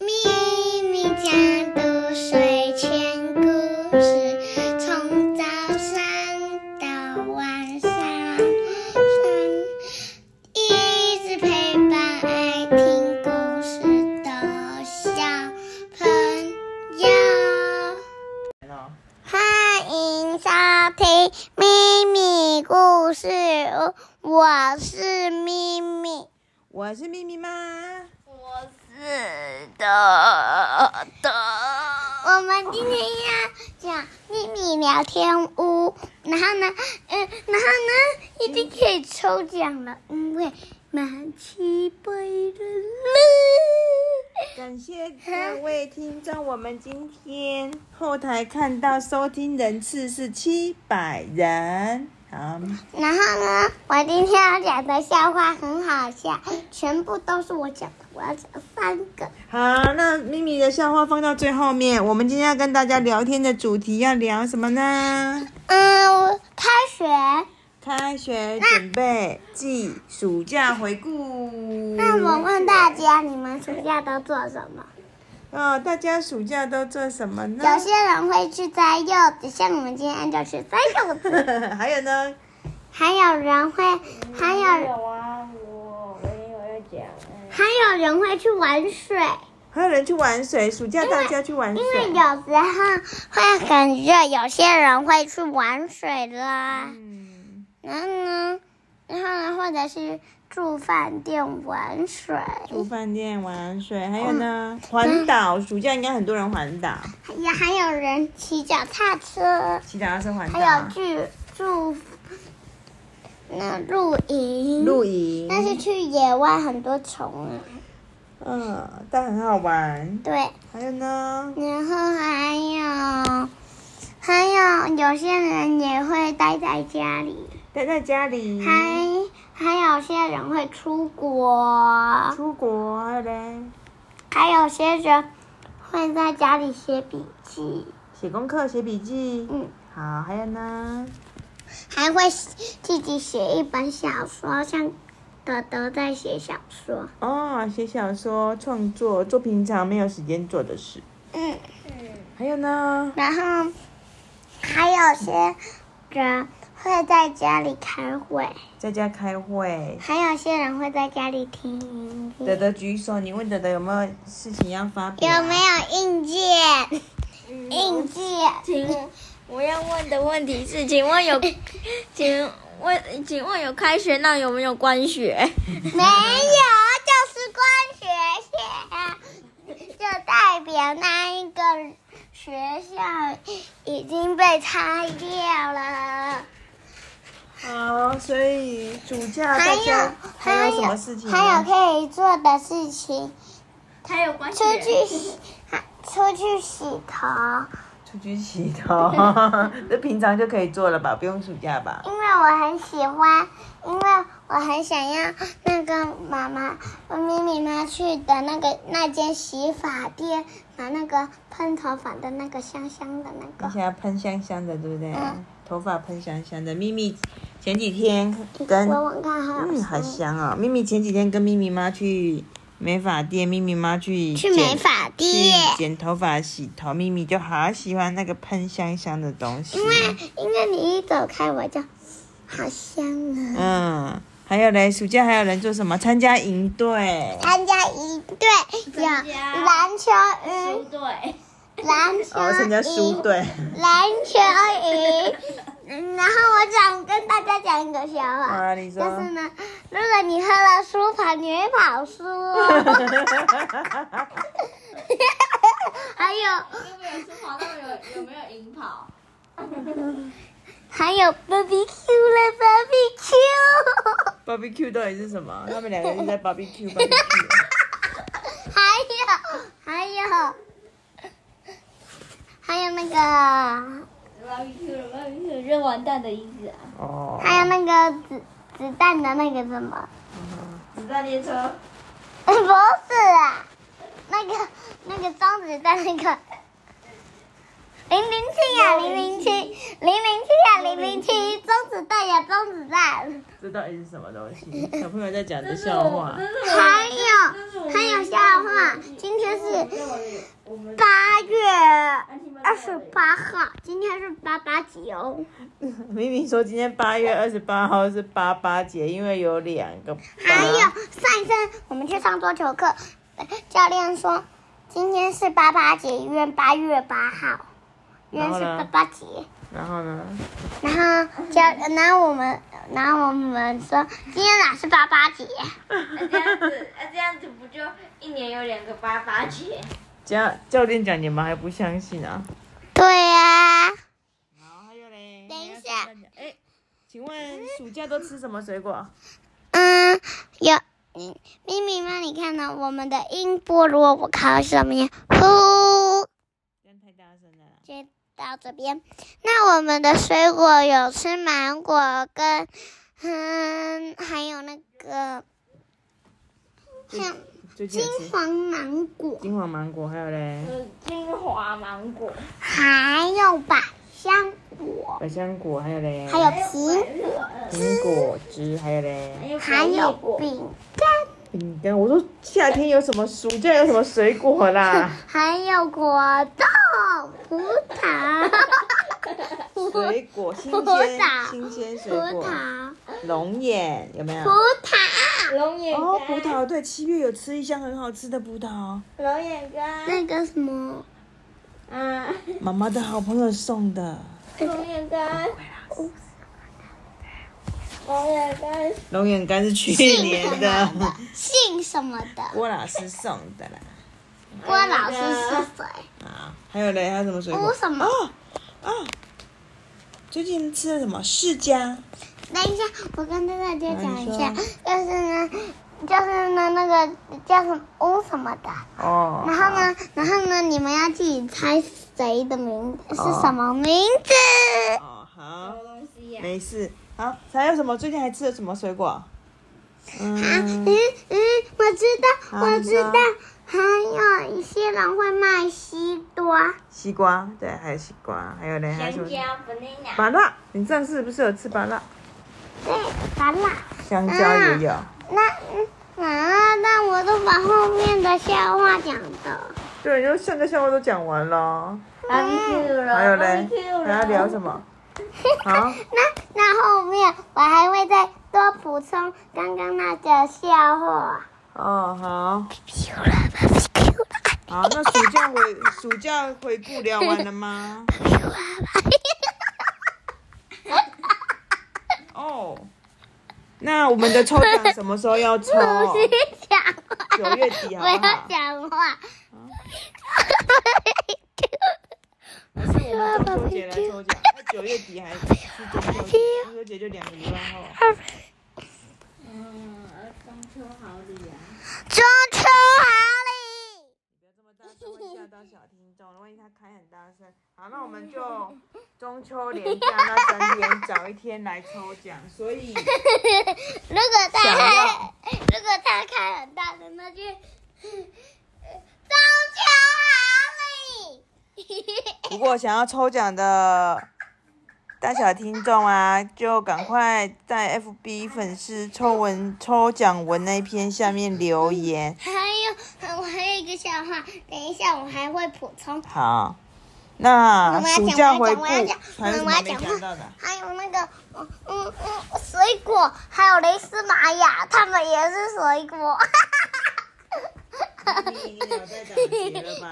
咪咪家的睡前故事，从早上到晚上，一直陪伴爱听故事的小朋友。欢迎收听咪咪故事屋，我是咪咪。我是咪咪妈，我是的的。我们今天要讲秘密聊天屋，然后呢，嗯，然后呢，已经可以抽奖了，因为满七百人了。感谢各位听众。我们今天后台看到收听人次是七百人，好，然后呢，我今天要讲的笑话很好笑，全部都是我讲的，我要讲三个。好，那咪咪的笑话放到最后面。我们今天要跟大家聊天的主题要聊什么呢？嗯，我开学，开学准备季，暑假回顾。那我问大家，你们暑假都做什么？哦，大家暑假都做什么呢？有些人会去摘柚子，像我们今天就去摘柚子。 还有呢？还有人会，还有啊，我没有要讲。嗯还有人会去玩水，还有人去玩水，暑假大家去玩因水。为有时候会很热，有些人会去玩水啦。嗯，然后呢，然后呢，或者是住饭店玩水，住饭店玩水，还有嗯呢，环岛，暑假应该很多人环岛，也还有人骑脚踏车，骑脚踏车环还岛有，啊去住那露营，露营，但是去野外很多虫啊。嗯，但很好玩。对，还有呢，然后还有，还有有些人也会待在家里，待在家里，还还有些人会出国，出国，还有嘞，还有些人会在家里写笔记，写功课、写笔记。嗯，好，还有呢，还会自己写一本小说，像德德在写小说。哦，写小说、创作，做平常没有时间做的事。嗯，还有呢，然后还有些人会在家里开会，在家开会。还有些人会在家里听音乐。德德举手，你问德德有没有事情要发表？啊有没有硬件？硬件，请问我要问的问题是，请问有，请问请问有开学那有没有关学？没有，就是关学校，就代表那一个学校已经被拆掉了。好，所以暑假还大有家还有什么事情呢？还有可以做的事情，它有关出去洗，啊出去洗头，出去洗 头，这平常就可以做了吧？不用暑假吧？因为我很喜欢，因为我很想要那个妈妈、咪咪妈去的那个那间洗发店买那个喷头发的那个香香的那你个。现在喷香香的，对不对？嗯头发喷香香的。咪咪前几天跟闻闻看还有嗯，好什么香哦。咪咪前几天跟咪咪妈去美发店，咪咪妈去去剪美发去店，剪头发、洗头，咪咪就好喜欢那个喷香香的东西。因为因为你一走开我就好香啊！嗯，还有嘞，暑假还有人做什么？参加营队。参加一队有参加篮球营、对，篮哦，参加球书营、队。篮球营。嗯然后我想跟大家讲一个笑话，啊就你是说呢，如果你喝了书跑，你会跑输 哦。还有有没有出跑？他们有有没有引跑？还有 BBQ 了 BBQ。 barbecue 到底是什么？他们两个人在 barbecue barbecue。还有还有还有那个芭比 Q 了，芭比 Q 扔完蛋的意思啊！哦，还有那个子子弹的那个什么？子弹列车，哎不是啊，那个那个装子弹那个。零零七呀，零零七，零零七呀，零零七，中子弹呀，中子弹。这到底是什么东西？小朋友在讲的这笑话。这是还有还有笑话，今天是我们八月二十八号，今天是八八节哦。明明说今天八月二十八号是八八节，因为有两个八。还有上一次我们去上桌球课，呃教练说今天是八八节，因为八月八号，因为是然八后呢八节。然后呢？然后教，然后我们，然后我们说今天哪是八八节？那哎这样子，那这样子不就一年有两个八八节？教教练讲，你们还不相信啊？对呀、好，还有嘞。等一下你要跟大家。哎，请问暑假都吃什么水果？嗯，有，嗯，咪咪妈，你看呢？我们的音波，如果我靠上面，呼，这样太大声了啦。就到这边。那我们的水果有吃芒果跟，嗯，还有那个，还有最近金有吃黄芒果，金黄芒果，还有嘞呃，金华芒果，还有百香果，百香果，还有嘞还有苹果，苹果汁，还有嘞还有还有百叶果，饼干。饼干。我说夏天有什么，暑假有什么水果啦？还有果冻、葡萄、葡萄、水果新葡鲜萄新鲜水葡果，萄、龙眼有没有葡？萄，龙眼干，哦，葡萄对，七月有吃一箱很好吃的葡萄，龙眼干，那个什么，嗯，妈妈的好朋友送的。龙眼干，龙眼干，龙眼干是去年的，姓什么的？郭老师送的啦。郭老师是谁？啊，还有嘞，还有什么水乌果？什么？哦哦，最近吃的什么释迦？等一下，我跟大家讲一下，嗯你就是呢，就是呢，那个叫什么乌什么的。哦然后呢，然后呢，你们要自己猜谁的名字是什么名字？哦好什么，东西呀？没事。好，还有什么？最近还吃了什么水果？ 啊，嗯嗯，嗯，我知道，好我你知说道，还有一些人会卖西瓜，西瓜，对，还有西瓜，还有嘞，还有什香么？蕉、芭 banana。乐，你上次不是有吃芭乐？对，完了，香蕉也有。啊那嗯啊，那我都把后面的笑话讲的。对，就上个笑话都讲完了， BBQ 啊了，还有嘞 BBQ，了还要聊什么？好， 那那后面我还会再多补充刚刚那个笑话。哦，好。 好，那暑假回 暑假回顾聊完了 吗？哦，那我们的抽奖什么时候 要抽？不是讲话，九月底好我不好要讲话。还是 我们中秋节来抽奖？那九月底还是中秋节？中秋节就两个礼拜后。嗯，中秋好礼啊！中秋好礼。不要这么大声，会吓到小听众。万一他开很大声，好，那我们就中秋连假那三天找一天来抽奖。所以如果他想开要，如果他开很大声，那就中秋如果想要抽奖的大小听众啊，就赶快在 FB 粉丝抽文抽奖文那篇下面留言。好礼。 还有，我还有一个笑话，等一下我还会补充。好，那妈妈暑讲假话回讲话讲顾还有什妈妈讲么没讲话到的？还有那个，嗯嗯嗯，水果，还有雷斯玛雅，他们也是水果。 你脑袋长结了吧？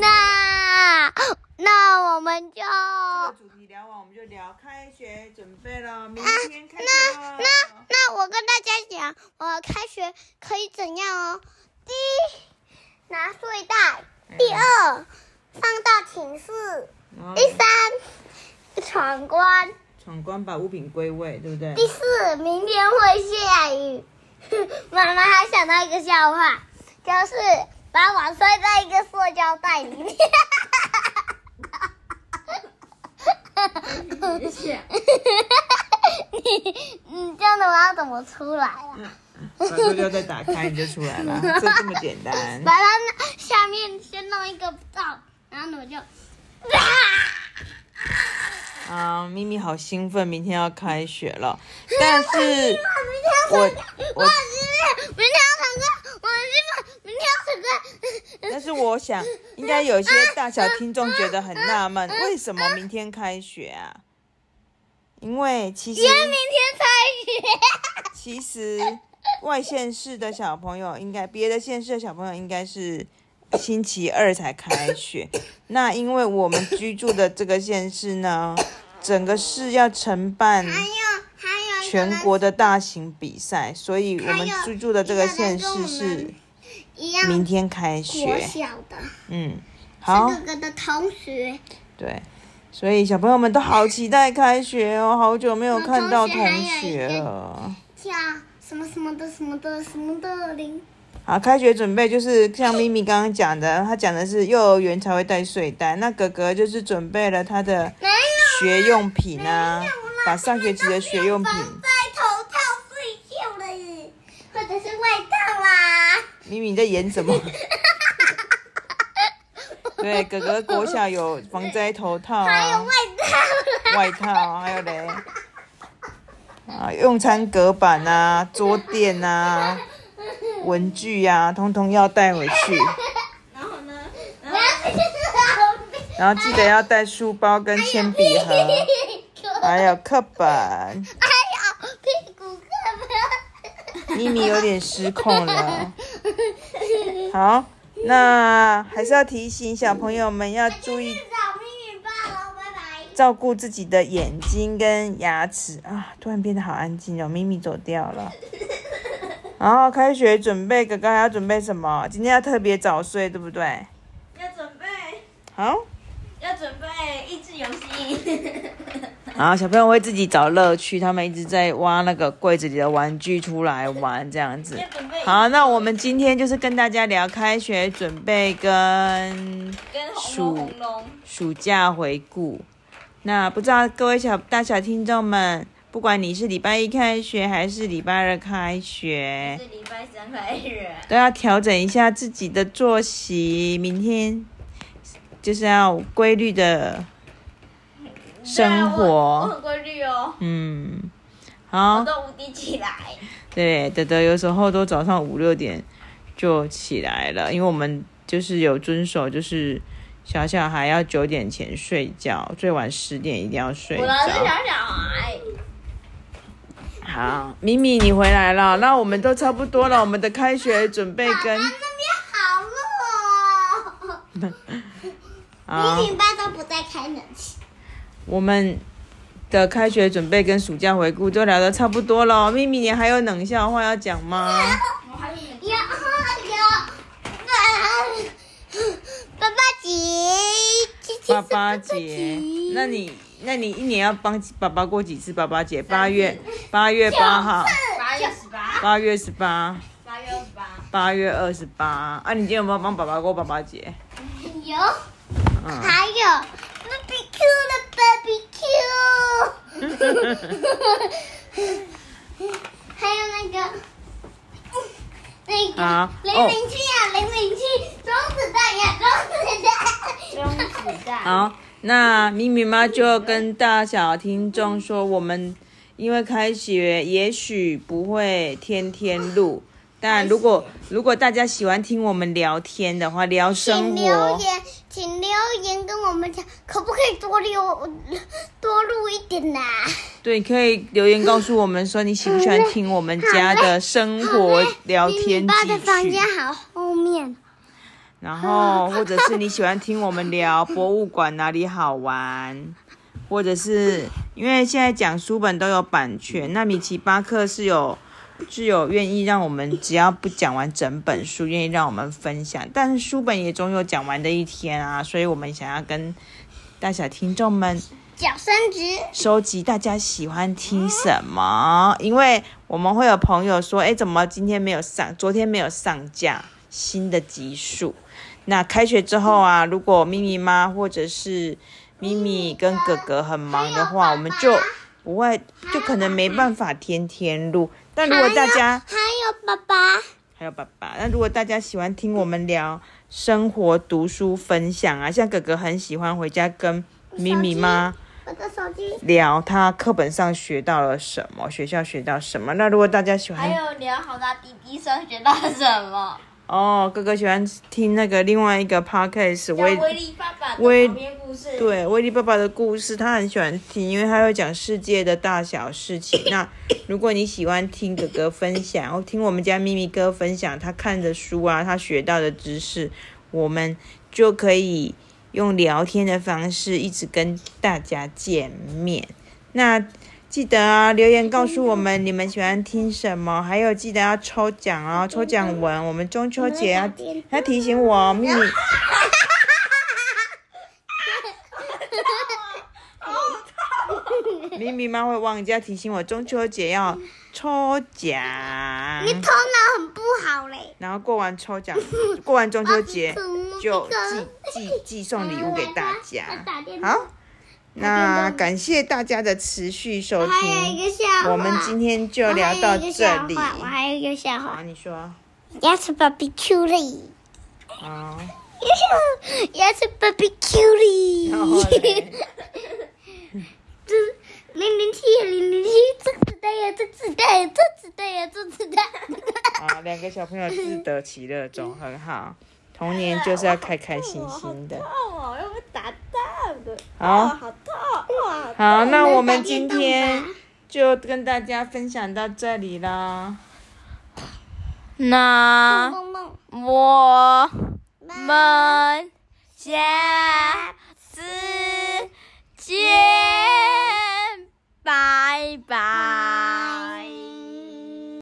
那那那我们就。这个主题聊完，我们就聊开学准备了，明天开学哦了。那那我跟大家讲，我开学可以怎样哦？第一，拿睡袋；第二，放到寝室；然后第三，闯关；闯关把物品归位，对不对？第四，明天会下雨。 妈妈还想到一个笑话，就是把我塞在一个塑胶袋里面。 你你这样的我要怎么出来啊？把塑料再打开你就出来了，就这么简单。把它那下面先弄一个罩，然后我就，啊，啊，咪咪好兴奋，明天要开学了，但是明天要上我课，我嗯我明天明天要上课，我我想，应该有些大小听众觉得很纳闷，为什么明天开学啊？因为其实因为明天开学。其实外县市的小朋友应该，别的县市的小朋友应该是星期二才开学。 那因为我们居住的这个县市呢，整个市要承办哎还有还有全国的大型比赛，所以我们还有居住的这个一个人跟县我市们是一样明天开国学。小的嗯，好是，哥哥的同学，对，所以小朋友们都好期待开学哦，好久没有我看到同学同还有一学个了。叫什么什么的什么的什么的铃。好，开学准备就是像咪咪刚刚讲的，他讲的是幼儿园才会带睡袋，那哥哥就是准备了他的没有学用品啊没有啦，把上学期的学用品，放在头套睡觉了，或者是外套啊啦。咪咪你在演 什么？对，哥哥国小有防灾头套还有啊外，套啦。外套啊，还 有嘞，啊，用餐隔板啊，桌垫啊，文具啊，通通要带回去，然后呢？然我后要吃老兵。然后记得要带书包跟铅笔盒。屁股，还有课本，还有屁股啊干嘛？咪咪有点失控了。 好，那还是要提醒小朋友们要注意找秘密爸了，拜拜。照顾自己的眼睛跟牙齿啊！突然变得好安静哦，咪咪走掉了。然后开学准备，哥哥还要准备什么？今天要特别早睡，对不对？要准备，好，要准备益智游戏。好，小朋友会自己找乐趣，他们一直在挖那个柜子里的玩具出来玩，这样子。要准备好，那我们今天就是跟大家聊开学准备跟跟数红龙红龙。暑假回顾。那不知道各位小大小听众们，不管你是礼拜一开学还是礼拜二开学，是礼拜三开学，都要调整一下自己的作息，明天就是要规律的生对啊我我活。很规律哦，嗯，我好，都五点起来，哎对，德德有时候都早上五六点就起来了，因为我们就是有遵守，就是小小孩要九点前睡觉，最晚十点一定要睡我老是哎小着。小孩，好，米米你回来了，那我们都差不多了，我们的开学准备跟 妈妈那边好热哦，啊秘密爸都不再开冷气。我们的开学准备跟暑假回顾都聊得差不多了。咪咪，你还有冷笑话要讲吗？我还有有有，爸爸节，爸爸节，那你那你一年要帮爸爸过几次爸爸节？八月八月八号，八月十八，八月十八，八月二十八，八月二十八。啊，你今天有没有帮爸爸过爸爸节？有，嗯，还有 BBQ 的 BBQ，还有那个那个啊零零七啊，零零七，中子弹呀，中中子弹。子弹，好，那咪咪妈就跟大小听众说，我们因为开学也许不会天天录，但如果如果大家喜欢听我们聊天的话，聊请生留活。言，请留言跟我们讲，可不可以多留多录一点呐、对，你可以留言告诉我们说你喜不喜欢听我们家的生活聊天你记爸的房趣间，好后面，然后或者是你喜欢听我们聊博物馆哪里好玩，或者是因为现在讲书本都有版权，那米奇巴克是有是有愿意让我们只要不讲完整本书，愿意让我们分享，但是书本也总有讲完的一天啊，所以我们想要跟大小听众们脚伸直，收集大家喜欢听什么，因为我们会有朋友说，哎，怎么今天没有上，昨天没有上架新的集数？那开学之后啊，如果咪咪妈或者是咪咪跟哥哥很忙的话，我们就不会，就可能没办法天天录。但如果大家还有爸爸，还有爸爸。那如果大家喜欢听我们聊生活、读书、分享啊，像哥哥很喜欢回家跟咪咪妈我的手机，聊他课本上学到了什么，学校学到什么。那如果大家喜还欢有聊好大滴滴上学到什么？哦，哥哥喜欢听那个另外一个 podcast，叫威威力爸爸的威旁边故事。，对威力爸爸的故事，他很喜欢听，因为他会讲世界的大小事情。那如果你喜欢听哥哥分享，或听我们家咪咪哥分享他看的书啊，他学到的知识，我们就可以用聊天的方式一直跟大家见面。那记得啊，留言告诉我们你们喜欢听什么，还有记得要抽奖哦，抽奖文，我们中秋节要要提醒我哦咪咪。咪咪妈会忘记要提醒我中秋节要抽奖，你头脑很不好嘞。然后过完抽奖，过完中秋 节就寄记寄寄送礼物给大嗯家。好，打那电动感谢大家的持续收还有一听，个笑话，我们今天就我聊还有到一个这笑里。话我还有一个笑好，话你说， ，Yes, baby, cutie. 好， Yes, baby, 然后 cutie. 嘞这 零零七零零七，这子弹呀，这子弹呀，这子弹呀，这子弹。啊，两个小朋友自得其乐 中，很好。童年就是要开开心心的。痛哦，又被打到的，好哦，好痛，哇！好，那我们打今电动天吧就跟大家分享到这里啦。啊 那梦梦我梦。们下次见。